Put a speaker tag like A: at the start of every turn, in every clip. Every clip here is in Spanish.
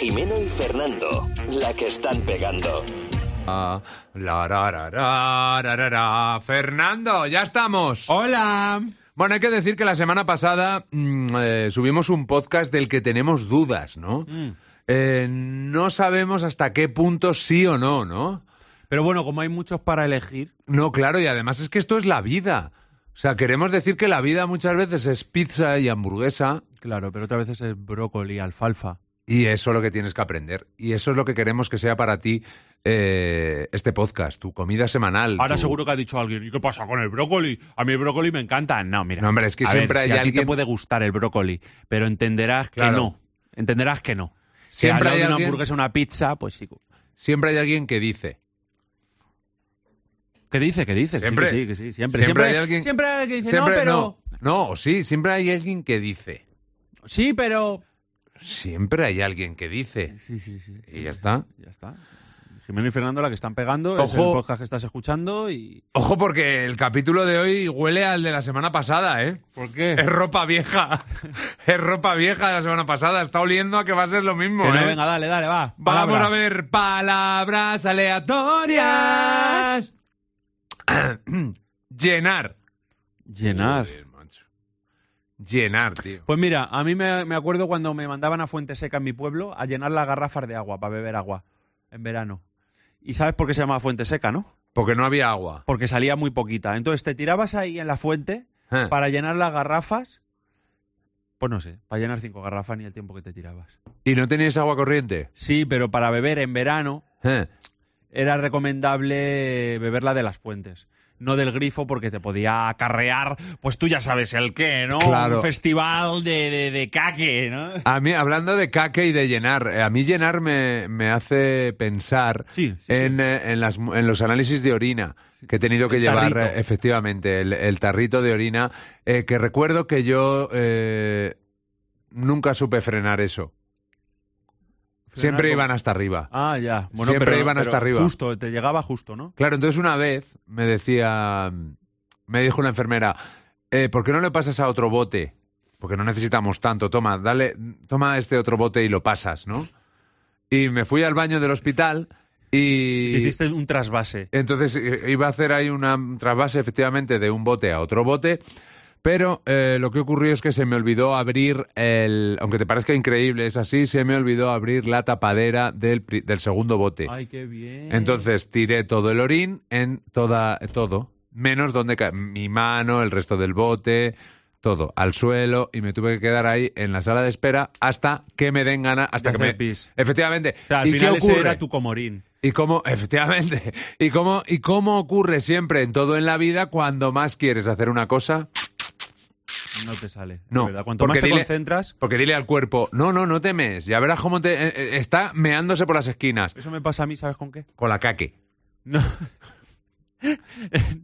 A: Jimeno y Fernando, la que están pegando.
B: Ah, la, ra, ra, ra, ra, ra, ra. Fernando, ya estamos.
C: Oh. Hola.
B: Bueno, hay que decir que la semana pasada mm, eh, subimos un podcast del que tenemos dudas, ¿no?
C: Mm.
B: Eh, no sabemos hasta qué punto sí o no, ¿no?
C: Pero bueno, como hay muchos para elegir,
B: No, claro, y además es que esto es la vida. O sea, queremos decir que la vida muchas veces es pizza y hamburguesa
C: claro, pero otras veces es brócoli, alfalfa.
B: y eso es lo que tienes que aprender. Y eso es lo que queremos que sea para ti eh, este podcast, tu comida semanal.
C: Ahora
B: tu-
C: seguro que ha dicho alguien, ¿y qué pasa con el brócoli? A mí el brócoli me encanta. No, mira.
B: No, hombre, es que
C: a
B: siempre
C: ver, si
B: hay
C: a ti
B: alguien-
C: te puede gustar el brócoli, pero entenderás
B: Claro.
C: que no. Entenderás que no. Si
B: Siempre
C: al lado
B: hay
C: de una
B: alguien-
C: hamburguesa, una pizza, pues sí.
B: Siempre hay alguien que dice,
C: ¿Qué dice? ¿Qué dice? Que
B: Siempre.
C: Sí, que sí, que sí, siempre.
B: Siempre
C: Siempre,
B: hay alguien-
C: siempre hay alguien que dice,
B: siempre
C: no, pero...
B: no, no, o sí, siempre hay alguien que dice,
C: Sí, pero...
B: siempre hay alguien que dice.
C: Sí, sí, sí.
B: Y ya está.
C: Ya está. Jimeno y Fernando la que están pegando, es el
B: Ojo.
C: podcast que estás escuchando y...
B: Ojo porque el capítulo de hoy huele al de la semana pasada, ¿eh?
C: ¿Por qué?
B: Es ropa vieja. Es ropa vieja de la semana pasada. Está oliendo a que va a ser lo mismo,
C: Que no,
B: ¿eh?
C: venga, dale, dale, va.
B: Vamos
C: Palabra.
B: a ver palabras aleatorias. Llenar.
C: Llenar.
B: Joder, macho. Llenar, tío.
C: Pues mira, a mí me, me acuerdo cuando me mandaban a Fuente Seca en mi pueblo a llenar las garrafas de agua para beber agua en verano. ¿Y sabes por qué se llamaba Fuente Seca, no?
B: Porque no había agua.
C: Porque salía muy poquita. Entonces te tirabas ahí en la fuente
B: Eh.
C: para llenar las garrafas. Pues no sé, para llenar cinco garrafas ni el tiempo que te tirabas.
B: ¿Y no tenías agua corriente?
C: Sí, pero para beber en verano
B: Eh.
C: era recomendable beberla de las fuentes, no del grifo porque te podía acarrear, pues tú ya sabes el qué, ¿no?
B: Claro.
C: Un festival de, de, de caque, ¿no?
B: A mí, hablando de caque y de llenar, eh, a mí llenar me, me hace pensar
C: Sí, sí, sí.
B: en, eh, en las mu- en los análisis de orina que he tenido que
C: El
B: llevar,
C: tarrito.
B: eh, efectivamente, el, el tarrito de orina, eh, que recuerdo que yo eh, nunca supe frenar eso. Siempre
C: Frenar
B: iban hasta arriba.
C: Ah, ya. Bueno,
B: Siempre
C: pero-
B: iban
C: pero
B: hasta arriba.
C: Justo, te llegaba justo, ¿no?
B: Claro, entonces una vez me decía, me dijo una enfermera, "Eh, ¿por qué no le pasas a otro bote? Porque no necesitamos tanto. Toma, dale, toma este otro bote y lo pasas, ¿no? Y me fui al baño del hospital
C: Te
B: y
C: Hiciste un trasvase.
B: entonces eh, iba a hacer ahí una trasvase efectivamente de un bote a otro bote. Pero eh, lo que ocurrió es que se me olvidó abrir el, aunque te parezca increíble, es así, se me olvidó abrir la tapadera del, pri- del segundo bote.
C: Ay, qué bien.
B: Entonces tiré todo el orín en toda todo, menos donde ca- mi mano, el resto del bote, todo al suelo y me tuve que quedar ahí en la sala de espera hasta que me den ganas, hasta
C: De
B: que me
C: hacer pis.
B: Efectivamente.
C: O sea, al
B: ¿Y
C: final
B: qué ocurre?
C: ese era tu comorín.
B: Y cómo efectivamente, y cómo y cómo ocurre siempre en todo en la vida cuando más quieres hacer una cosa,
C: No te sale. de
B: No,
C: ¿verdad? Cuanto
B: porque
C: más te
B: dile-
C: concentras,
B: porque dile al cuerpo, "No, no, no temes, ya verás cómo te eh, eh, está meándose por las esquinas
C: eso me pasa a mí, ¿sabes con qué?
B: con la caque."
C: No.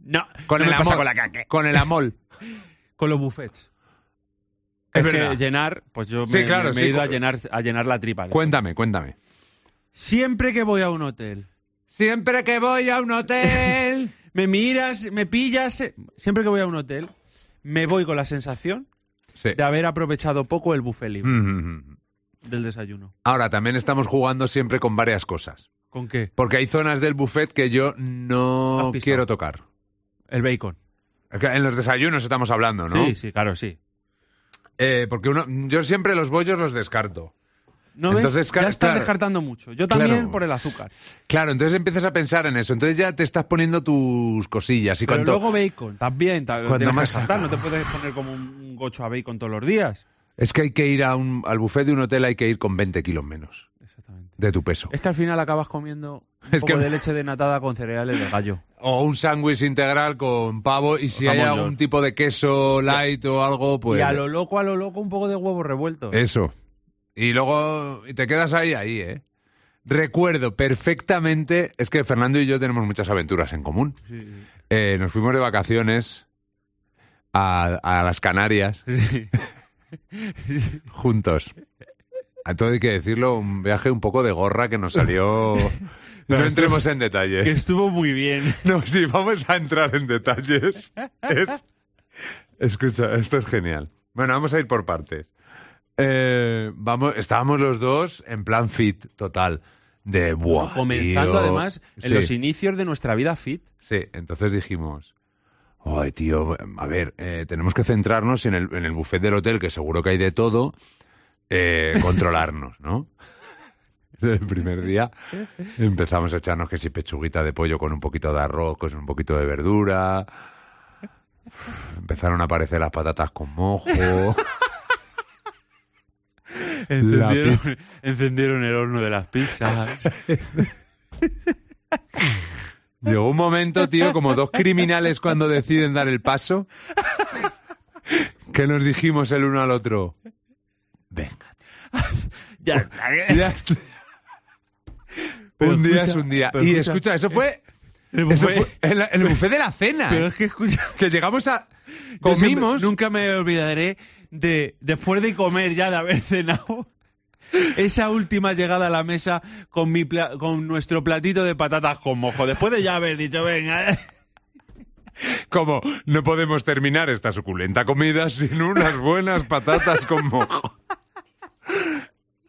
C: no.
B: Con
C: no
B: el
C: me pasa
B: amor.
C: con la caque.
B: Con el amol.
C: Con los buffets.
B: Es
C: Es
B: verdad.
C: que llenar, pues yo
B: Sí,
C: me,
B: claro,
C: me
B: sí,
C: he ido a
B: cu-
C: llenar, a llenar la tripa.
B: Cuéntame, cuéntame.
C: Siempre que voy a un hotel,
B: Siempre que voy a un hotel.
C: me miras, me pillas. eh, Siempre que voy a un hotel, me voy con la sensación
B: Sí.
C: de haber aprovechado poco el buffet libre
B: Mm.
C: del desayuno.
B: Ahora, también estamos jugando siempre con varias cosas.
C: ¿Con qué?
B: Porque hay zonas del buffet que yo no
C: Has pisado.
B: quiero tocar.
C: El bacon.
B: En los desayunos estamos hablando, ¿no?
C: Sí, sí, claro, sí.
B: Eh, porque uno, yo siempre los bollos los descarto.
C: ¿No ves?
B: Entonces, ca-
C: Ya estás
B: claro.
C: descartando mucho. Yo
B: Claro.
C: también por el azúcar.
B: Claro, entonces empiezas a pensar en eso. Entonces ya te estás poniendo tus cosillas. Y
C: Pero
B: cuanto-
C: luego bacon. También. ta-
B: Cuanto
C: tienes que
B: más-
C: saltar, No te puedes poner como un gocho a bacon todos los días.
B: Es que hay que ir a un- al buffet de un hotel, hay que ir con 20 kilos menos
C: Exactamente.
B: de tu peso.
C: Es que al final acabas comiendo un
B: Es
C: poco
B: que-
C: de leche denatada con cereales de gallo.
B: O un sándwich integral con pavo y si hay
C: jamón
B: algún
C: york.
B: tipo de queso light o algo, pues...
C: y a lo loco, a lo loco, un poco de huevo revuelto.
B: Eso. Y luego y te quedas ahí, ahí, ¿eh? Recuerdo perfectamente, es que Fernando y yo tenemos muchas aventuras en común.
C: Sí, sí.
B: Eh, nos fuimos de vacaciones a, a las Canarias juntos. A todo hay que decirlo, un viaje un poco de gorra que nos salió... No entremos en
C: Que
B: detalles.
C: estuvo muy bien.
B: No, sí, vamos a entrar en detalles. Es- Escucha, esto es genial. Bueno, vamos a ir por partes. eh, vamos, estábamos los dos en plan fit total. De buah.
C: Comenzando
B: tío".
C: además en
B: Sí,
C: los inicios de nuestra vida fit.
B: Sí, entonces dijimos. Ay, tío, a ver, eh, tenemos que centrarnos en el, en el buffet del hotel, que seguro que hay de todo, eh, controlarnos, ¿no? Desde el primer día empezamos a echarnos que si pechuguita de pollo con un poquito de arroz, con un poquito de verdura. Empezaron a aparecer las patatas con mojo.
C: Encendieron,
B: pizza.
C: encendieron el horno de las pizzas.
B: Llegó un momento, tío, como dos criminales cuando deciden dar el paso, que nos dijimos el uno al otro, venga,
C: Ya.
B: tío, ya está".
C: Pero
B: un día
C: Pues escucha,
B: es un día.
C: pero
B: Y
C: escucha,
B: escucha, eso fue,
C: El
B: eso
C: buffet-
B: fue el, el buffet de la cena.
C: Pero es que escucha.
B: que llegamos a...
C: yo siempre-
B: Comimos...
C: nunca me olvidaré de, después de comer ya, de haber cenado, esa última llegada a la mesa con, mi pla- con nuestro platito de patatas con mojo. Después de ya haber dicho, venga,
B: Como no podemos terminar esta suculenta comida sin unas buenas patatas con mojo.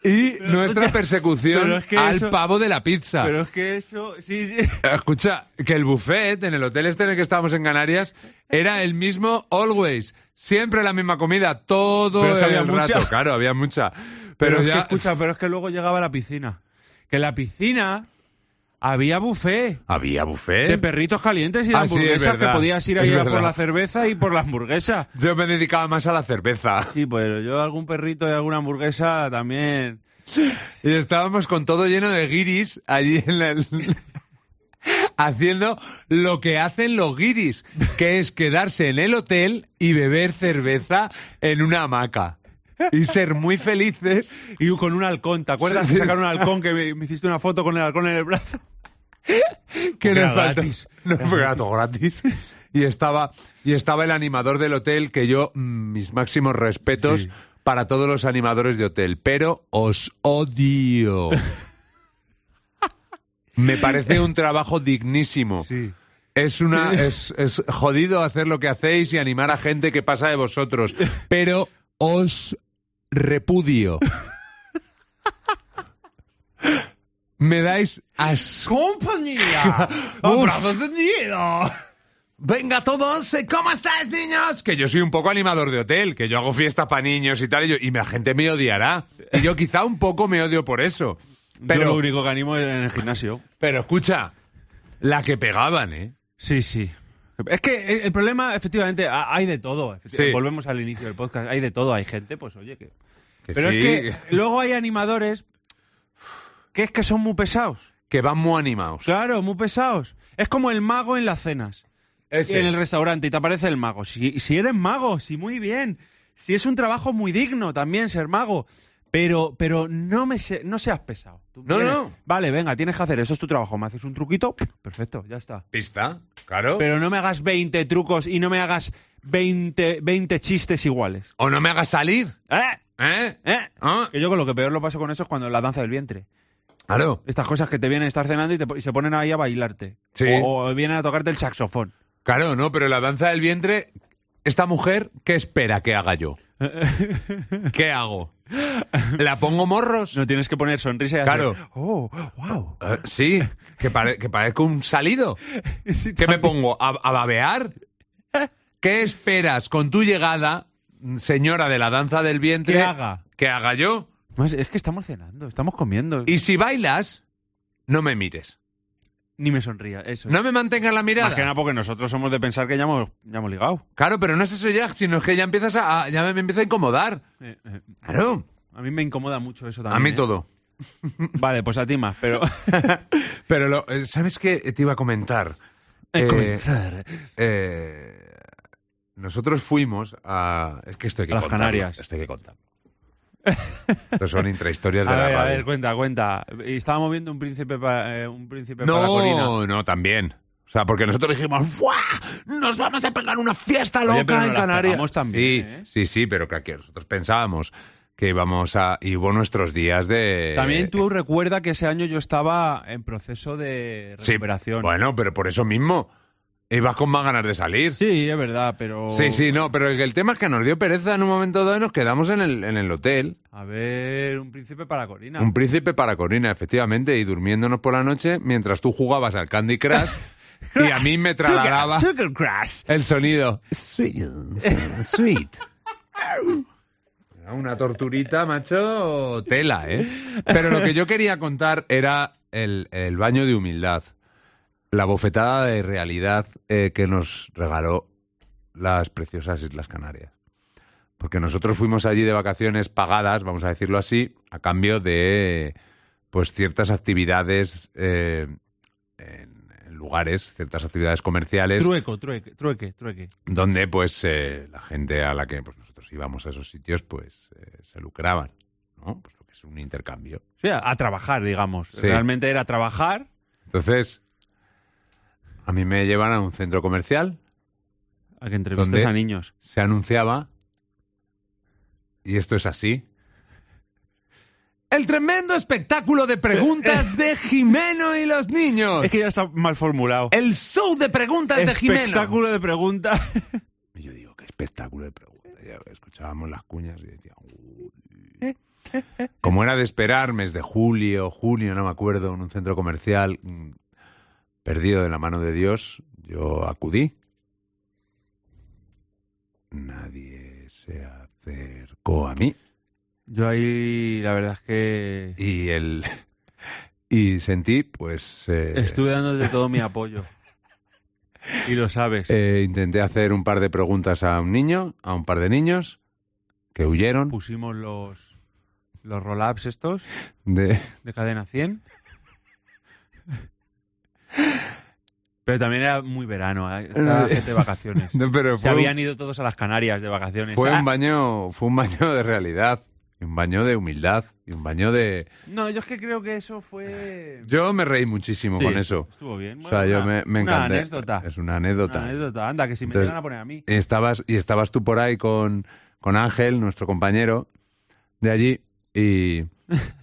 B: Y nuestra persecución
C: pero es que
B: al
C: eso-
B: pavo de la pizza.
C: pero es que eso, sí, sí.
B: Escucha, que el buffet en el hotel este en el que estábamos en Canarias era el mismo always. Siempre la misma comida, todo
C: Pero es que había
B: el
C: mucha.
B: rato. Claro, había mucha.
C: Pero,
B: Pero,
C: es
B: ya...
C: que, escucha, pero es que luego llegaba a la piscina. Que en la piscina había buffet.
B: Había buffet.
C: De perritos calientes y de
B: Ah, sí, es
C: hamburguesas que
B: verdad.
C: podías ir
B: Es
C: ahí a
B: verdad.
C: por la cerveza y por la hamburguesa.
B: Yo me dedicaba más a la cerveza.
C: Sí, pero yo algún perrito y alguna hamburguesa también.
B: Y estábamos con todo lleno de guiris allí en el... haciendo lo que hacen los guiris, que es quedarse en el hotel y beber cerveza en una hamaca. Y ser muy felices.
C: Y con un halcón, ¿te acuerdas?
B: Sí,
C: de
B: sí.
C: sacar un halcón que me, me hiciste una foto con el halcón en el brazo.
B: que
C: Porque
B: no
C: era
B: falta-
C: gratis.
B: No, porque era todo gratis. Y estaba, y estaba el animador del hotel, que yo, mm, mis máximos respetos
C: Sí.
B: para todos los animadores de hotel, pero os odio. Me parece un trabajo dignísimo.
C: Sí.
B: Es una es, es jodido hacer lo que hacéis y animar a gente que pasa de vosotros, pero os repudio. Me dais asco.
C: ¡Compañía!
B: ¡Abrazos Venga todos, eh, ¿cómo estáis niños? Que yo soy un poco animador de hotel, que yo hago fiestas para niños y tal, y, yo- y la gente me odiará. Y yo quizá un poco me odio por eso.
C: Pero lo
B: Pero,
C: único que animo es en el gimnasio.
B: pero escucha, la que pegaban, ¿eh?
C: Sí, sí. Es que eh, el problema, efectivamente, ha- hay de todo. efectivamente.
B: Sí.
C: Volvemos al inicio del podcast. Hay de todo. Hay gente, pues oye, que...
B: Que
C: Pero
B: sí,
C: es que luego hay animadores que es que son muy pesados.
B: que van muy animados.
C: Claro, muy pesados. Es como el mago en las cenas.
B: Ese.
C: En el restaurante y te aparece el mago. Si, si eres mago, si muy bien. Si es un trabajo muy digno también ser mago. Pero, pero no me se- no seas pesado. Tú
B: No,
C: vienes-
B: no.
C: Vale, venga, tienes que hacer eso, es tu trabajo. Me haces un truquito, perfecto, ya está.
B: Pista, claro.
C: Pero no me hagas 20 trucos y no me hagas 20, 20 chistes iguales.
B: O no me hagas salir,
C: ¿Eh?
B: ¿eh?
C: ¿Eh?
B: ¿Ah?
C: Que yo con lo que peor lo paso con eso es cuando la danza del vientre.
B: Claro.
C: Estas cosas que te vienen a estar cenando y, te po- y se ponen ahí a bailarte.
B: Sí.
C: O, o vienen a tocarte el saxofón.
B: Claro, no, pero la danza del vientre, esta mujer, ¿qué espera que haga yo? ¿Qué hago? ¿La pongo morros?
C: No tienes que poner sonrisa y hacer,
B: Claro.
C: Oh, wow.
B: Eh, sí, que, pare- que parezco un salido. ¿Qué me pongo? ¿A, a babear? ¿Qué esperas con tu llegada, señora de la danza del vientre?
C: Que haga.
B: Que haga yo.
C: Más, es que estamos cenando, estamos comiendo.
B: Y si bailas, no me mires.
C: ni me sonría, eso.
B: No me mantengas la mirada.
C: Más que nada porque nosotros somos de pensar que ya hemos, ya hemos ligado.
B: Claro, pero no es eso ya, sino es que ya empiezas a, a- ya me, me empieza a incomodar.
C: Eh, eh,
B: Claro,
C: a mí me incomoda mucho eso
B: a
C: también.
B: mí
C: ¿eh?
B: todo.
C: Vale, pues a ti más, pero.
B: Pero lo- eh, ¿sabes qué te iba a comentar? Eh,
C: comenzar.
B: Eh, nosotros fuimos a. Es que esto hay que
C: A las
B: contarlo,
C: Canarias.
B: Esto hay que contarlo. Estos son intrahistorias de
C: A
B: la
C: ver, a
B: radio.
C: ver, cuenta, cuenta. Y estábamos viendo un príncipe para, eh, un príncipe para Corina.
B: no, no, también. O sea, porque nosotros dijimos, ¡Fua! ¡Nos vamos a pegar una fiesta
C: Oye,
B: loca
C: pero nos
B: en
C: las
B: Canarias!
C: pegamos también,
B: sí,
C: ¿eh?
B: sí, sí, pero que aquí nosotros pensábamos que íbamos a. Y hubo nuestros días de.
C: También tú
B: Eh.
C: recuerda que ese año yo estaba en proceso de
B: Sí,
C: recuperación.
B: Bueno, pero por eso mismo. Y vas con más ganas de salir.
C: Sí, es verdad, pero.
B: Sí, sí, no, pero el, el tema es que nos dio pereza en un momento dado y nos quedamos en el, en el hotel.
C: A ver, un príncipe para Corina.
B: Un príncipe para Corina, efectivamente, y durmiéndonos por la noche mientras tú jugabas al Candy Crush y a mí me trasladaba
C: Sugar, sugar Crush.
B: el sonido.
A: Sweet. Sweet.
B: Una torturita, macho, tela, ¿eh? Pero lo que yo quería contar era el, el baño de humildad, la bofetada de realidad eh, que nos regaló las preciosas Islas Canarias. Porque nosotros fuimos allí de vacaciones pagadas, vamos a decirlo así, a cambio de pues ciertas actividades eh, en, en lugares, ciertas actividades comerciales
C: Trueco, trueque, trueque, trueque.
B: donde pues eh, la gente a la que pues nosotros íbamos a esos sitios pues eh, se lucraban, ¿no? Pues lo que es un intercambio.
C: O sea, a trabajar, digamos.
B: Sí.
C: Realmente era trabajar.
B: Entonces, a mí me llevan a un centro comercial,
C: A que entrevistes
B: ¿Dónde?
C: a niños.
B: se anunciaba y esto es así. El tremendo espectáculo de preguntas de Jimeno y los niños.
C: Es que ya está mal formulado.
B: El show de preguntas de Pues Jimeno.
C: Espectáculo de preguntas.
B: Y yo digo, qué espectáculo de preguntas. Ya escuchábamos las cuñas y decía, "Uy". como era de esperar, mes de julio, junio, no me acuerdo, en un centro comercial mm, perdido de la mano de Dios, yo acudí. Nadie se acercó a mí
C: Yo ahí, la verdad es que
B: y el y sentí, pues, eh,
C: estuve dándote todo mi apoyo. Y lo sabes.
B: eh, intenté hacer un par de preguntas a un niño, a un par de niños que huyeron
C: Pusimos los, los roll-ups estos
B: de
C: de cadena 100. Pero también era muy verano, ¿eh? estaba gente de vacaciones.
B: No, pero
C: Se
B: fue,
C: habían
B: un,
C: ido todos a las Canarias de vacaciones.
B: fue
C: Ah,
B: un baño, fue un baño de realidad, y un baño de humildad, y un baño de.
C: No, yo es que creo que eso fue.
B: Yo me reí muchísimo
C: Sí,
B: con eso.
C: Estuvo bien.
B: o sea,
C: Bueno,
B: yo
C: una-
B: me, me
C: Una
B: encanté.
C: anécdota.
B: Es una
C: Una
B: anécdota.
C: anécdota. Anda, que si me
B: Entonces-
C: llegan a poner a mí.
B: Y estabas, y estabas tú por ahí con, con Ángel, nuestro compañero de allí, y,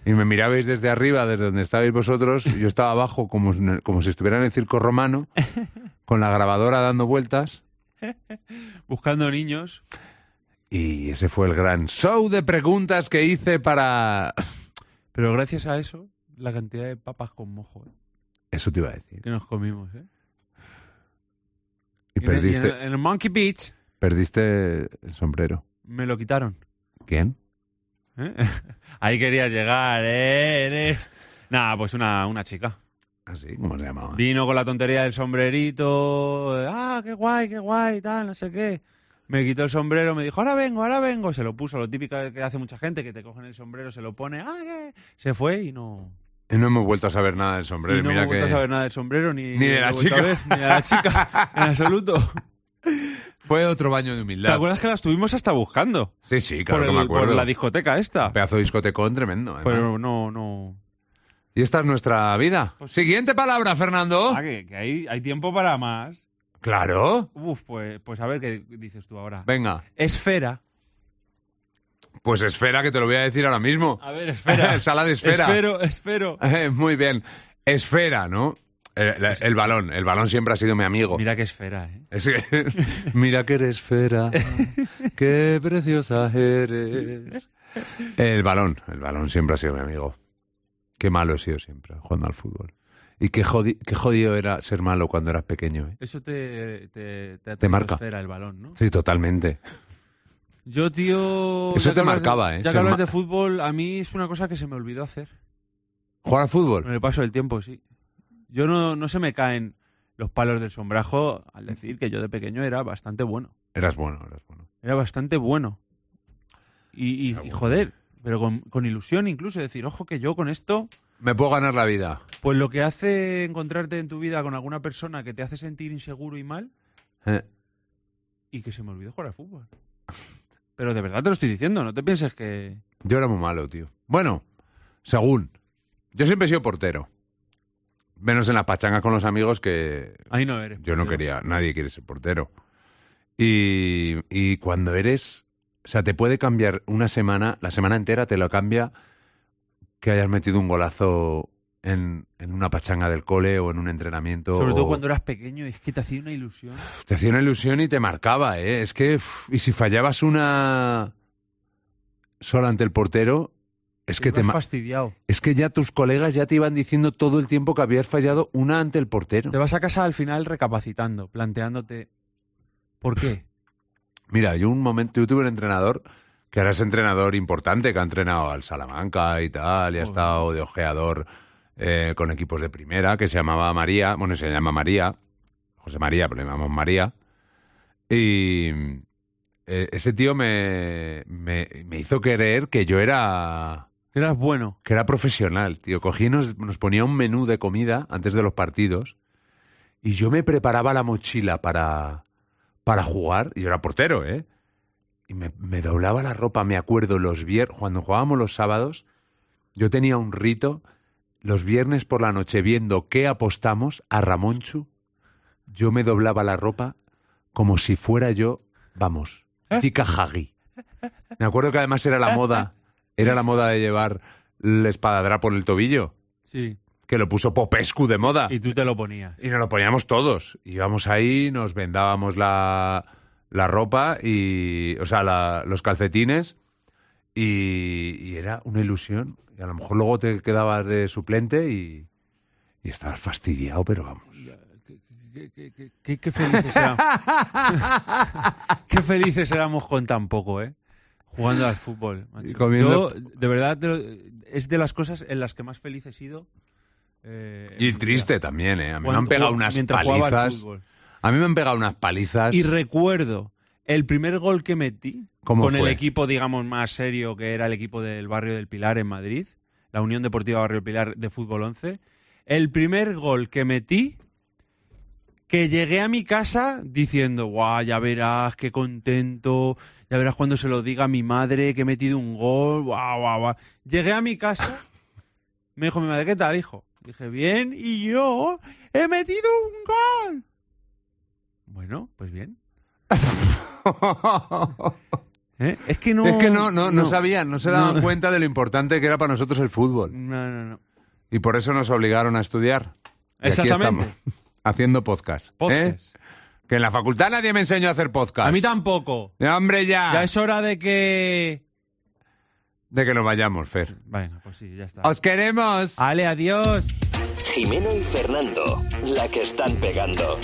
B: y me mirabais desde arriba, desde donde estabais vosotros. y Yo estaba abajo, como, si- como si estuviera en el circo romano, con la grabadora dando vueltas.
C: Buscando niños.
B: Y ese fue el gran show de preguntas que hice para.
C: Pero gracias a eso, la cantidad de papas con mojo ¿eh?
B: Eso te iba a decir.
C: que nos comimos. ¿eh?
B: Y
C: en el-
B: perdiste,
C: en el- en el Monkey Beach
B: perdiste el sombrero.
C: me lo quitaron.
B: ¿Quién?
C: ¿Eh? Ahí querías llegar, ¿eh? eres. Nada, pues una, una chica.
B: Así, Ah, ¿cómo se llamaba?
C: Vino con la tontería del sombrerito. eh, Ah, qué guay, qué guay, tal, no sé qué. Me quitó el sombrero, me dijo, ahora vengo, ahora vengo. Se lo puso, lo típico que hace mucha gente, que te cogen el sombrero, se lo pone, ah, qué. Se fue y no.
B: Y no hemos vuelto a saber nada del sombrero.
C: y no
B: mira
C: me gusta
B: que
C: saber nada del sombrero ni,
B: Ni de la
C: lo he vuelto a
B: chica.
C: ver, ni de la chica, en absoluto.
B: fue otro baño de
C: ¿Te
B: humildad.
C: acuerdas que la estuvimos hasta buscando?
B: Sí, sí, claro
C: por,
B: que
C: el-
B: me acuerdo.
C: por la discoteca esta.
B: Un Pedazo de discotecón tremendo. además.
C: Pero no, no.
B: Y esta es nuestra vida.
C: Pues-
B: Siguiente palabra, Fernando.
C: Ah, que, que hay, hay tiempo para más.
B: Claro.
C: Uf, pues, pues a ver qué dices tú ahora.
B: Venga.
C: Esfera.
B: Pues esfera, que te lo voy a decir ahora mismo.
C: A ver, Ah, esfera.
B: Sala de esfera.
C: Esfero, esfero.
B: Eh, Muy bien. Esfera, ¿no? El, el- el balón. El balón siempre ha sido mi amigo.
C: Mira qué esfera, ¿eh?
B: Es que- mira que eres esfera, qué preciosa eres. El balón, el balón siempre ha sido mi amigo. Qué malo he sido siempre jugando al fútbol. Y qué, jodi- qué jodido era ser malo cuando eras pequeño. ¿eh?
C: Eso te, te, te, ha
B: Te
C: traído
B: marca.
C: esfera el balón, ¿no?
B: Sí, totalmente.
C: Yo, tío.
B: Eso
C: ya que
B: te
C: hablas
B: marcaba,
C: de-
B: ¿eh?
C: Ya
B: Ser
C: que hablas
B: ma-
C: de fútbol, a mí es una cosa que se me olvidó hacer.
B: ¿Jugar al fútbol?
C: Con el paso del tiempo, sí. Yo no, no se me caen los palos del sombrajo al decir que yo de pequeño era bastante bueno.
B: Eras bueno, eras bueno.
C: Era bastante bueno. Y, y-
B: Ah,
C: y
B: bueno.
C: joder, pero con, con ilusión incluso. Decir, ojo, que yo con esto
B: Me puedo ganar la vida.
C: Pues lo que hace encontrarte en tu vida con alguna persona que te hace sentir inseguro y mal
B: Eh,
C: y que se me olvidó jugar al fútbol. Pero de verdad te lo estoy diciendo, no te pienses que...
B: Yo era muy malo, tío. Bueno, según. Yo siempre he sido portero. Menos en las pachangas con los amigos que
C: Ahí no eres.
B: Yo no quería, nadie quiere ser portero. Y, y cuando eres, o sea, te puede cambiar una semana, la semana entera te lo cambia que hayas metido un golazo en, en una pachanga del cole o en un entrenamiento.
C: Sobre todo
B: o-
C: cuando eras pequeño, es que te hacía una ilusión.
B: Te hacía una ilusión y te marcaba, ¿eh? Es que, uf, y si fallabas una sola ante el portero, es que, te
C: ibas
B: ma-
C: fastidiado.
B: es que ya tus colegas ya te iban diciendo todo el tiempo que habías fallado una ante el portero.
C: Te vas a casa al final recapacitando, planteándote ¿por qué?
B: Mira, yo un momento, yo tuve un entrenador que ahora es entrenador importante, que ha entrenado al Salamanca y tal, y ha
C: Joder.
B: estado de ojeador eh, con equipos de primera, que se llamaba María, bueno, se llama María, José María, pero le llamamos María. Y eh, ese tío me, me, me hizo creer que yo era
C: Que eras bueno.
B: que era profesional, tío. Cogía y nos, nos ponía un menú de comida antes de los partidos y yo me preparaba la mochila para, para jugar. Y yo era portero, ¿eh? Y me, me doblaba la ropa, me acuerdo, los viernes, cuando jugábamos los sábados, yo tenía un rito los viernes por la noche viendo qué apostamos a Ramonchu. Yo me doblaba la ropa como si fuera yo, vamos, chica Hagi. Me acuerdo que además era la moda, era la moda de llevar el espadadrapo en el tobillo,
C: Sí.
B: que lo puso Popescu de moda.
C: Y tú te lo ponías.
B: Y nos lo poníamos todos. Íbamos ahí, nos vendábamos la, la ropa y. O sea, la- los calcetines. Y, y era una ilusión. Y a lo mejor luego te quedabas de suplente y. Y estabas fastidiado, pero vamos.
C: Qué, qué- qué- qué- qué felices éramos. qué felices éramos con tan poco, ¿eh? Jugando al fútbol. macho.
B: Y comiendo-
C: Yo, de verdad, te lo- es de las cosas en las que más feliz he sido. eh, en mi
B: Y
C: vida.
B: triste también, ¿eh? A mí me
C: Cuando-
B: han pegado
C: ju-
B: unas
C: mientras jugaba al
B: palizas.
C: fútbol.
B: A mí me han pegado unas palizas.
C: Y recuerdo el primer gol que metí
B: ¿Cómo
C: con
B: fue?
C: el equipo, digamos, más serio que era el equipo del Barrio del Pilar en Madrid, la Unión Deportiva Barrio del Pilar de Fútbol 11. El primer gol que metí, que llegué a mi casa diciendo, guau, ya verás, qué contento, ya verás cuando se lo diga a mi madre que he metido un gol, guau, guau, guau. Llegué a mi casa, me dijo mi madre, ¿qué tal, hijo? Dije, bien, y yo he metido un gol. Bueno, pues bien. ¿Eh? Es que no.
B: es que no, no, no, sabían, no se daban cuenta de lo importante que era para nosotros el fútbol.
C: No, no, no.
B: Y por eso nos obligaron a estudiar. Y aquí
C: Exactamente.
B: estamos, haciendo podcast. ¿eh?
C: Podcast.
B: Que en la facultad nadie me enseñó a hacer podcast.
C: A mí tampoco.
B: Ya, Hombre, ya.
C: Ya es hora de que.
B: De que nos vayamos, Fer.
C: Bueno, pues sí, ya está.
B: ¡Os queremos!
C: Ale, adiós.
D: Jimeno y Fernando, la que están pegando.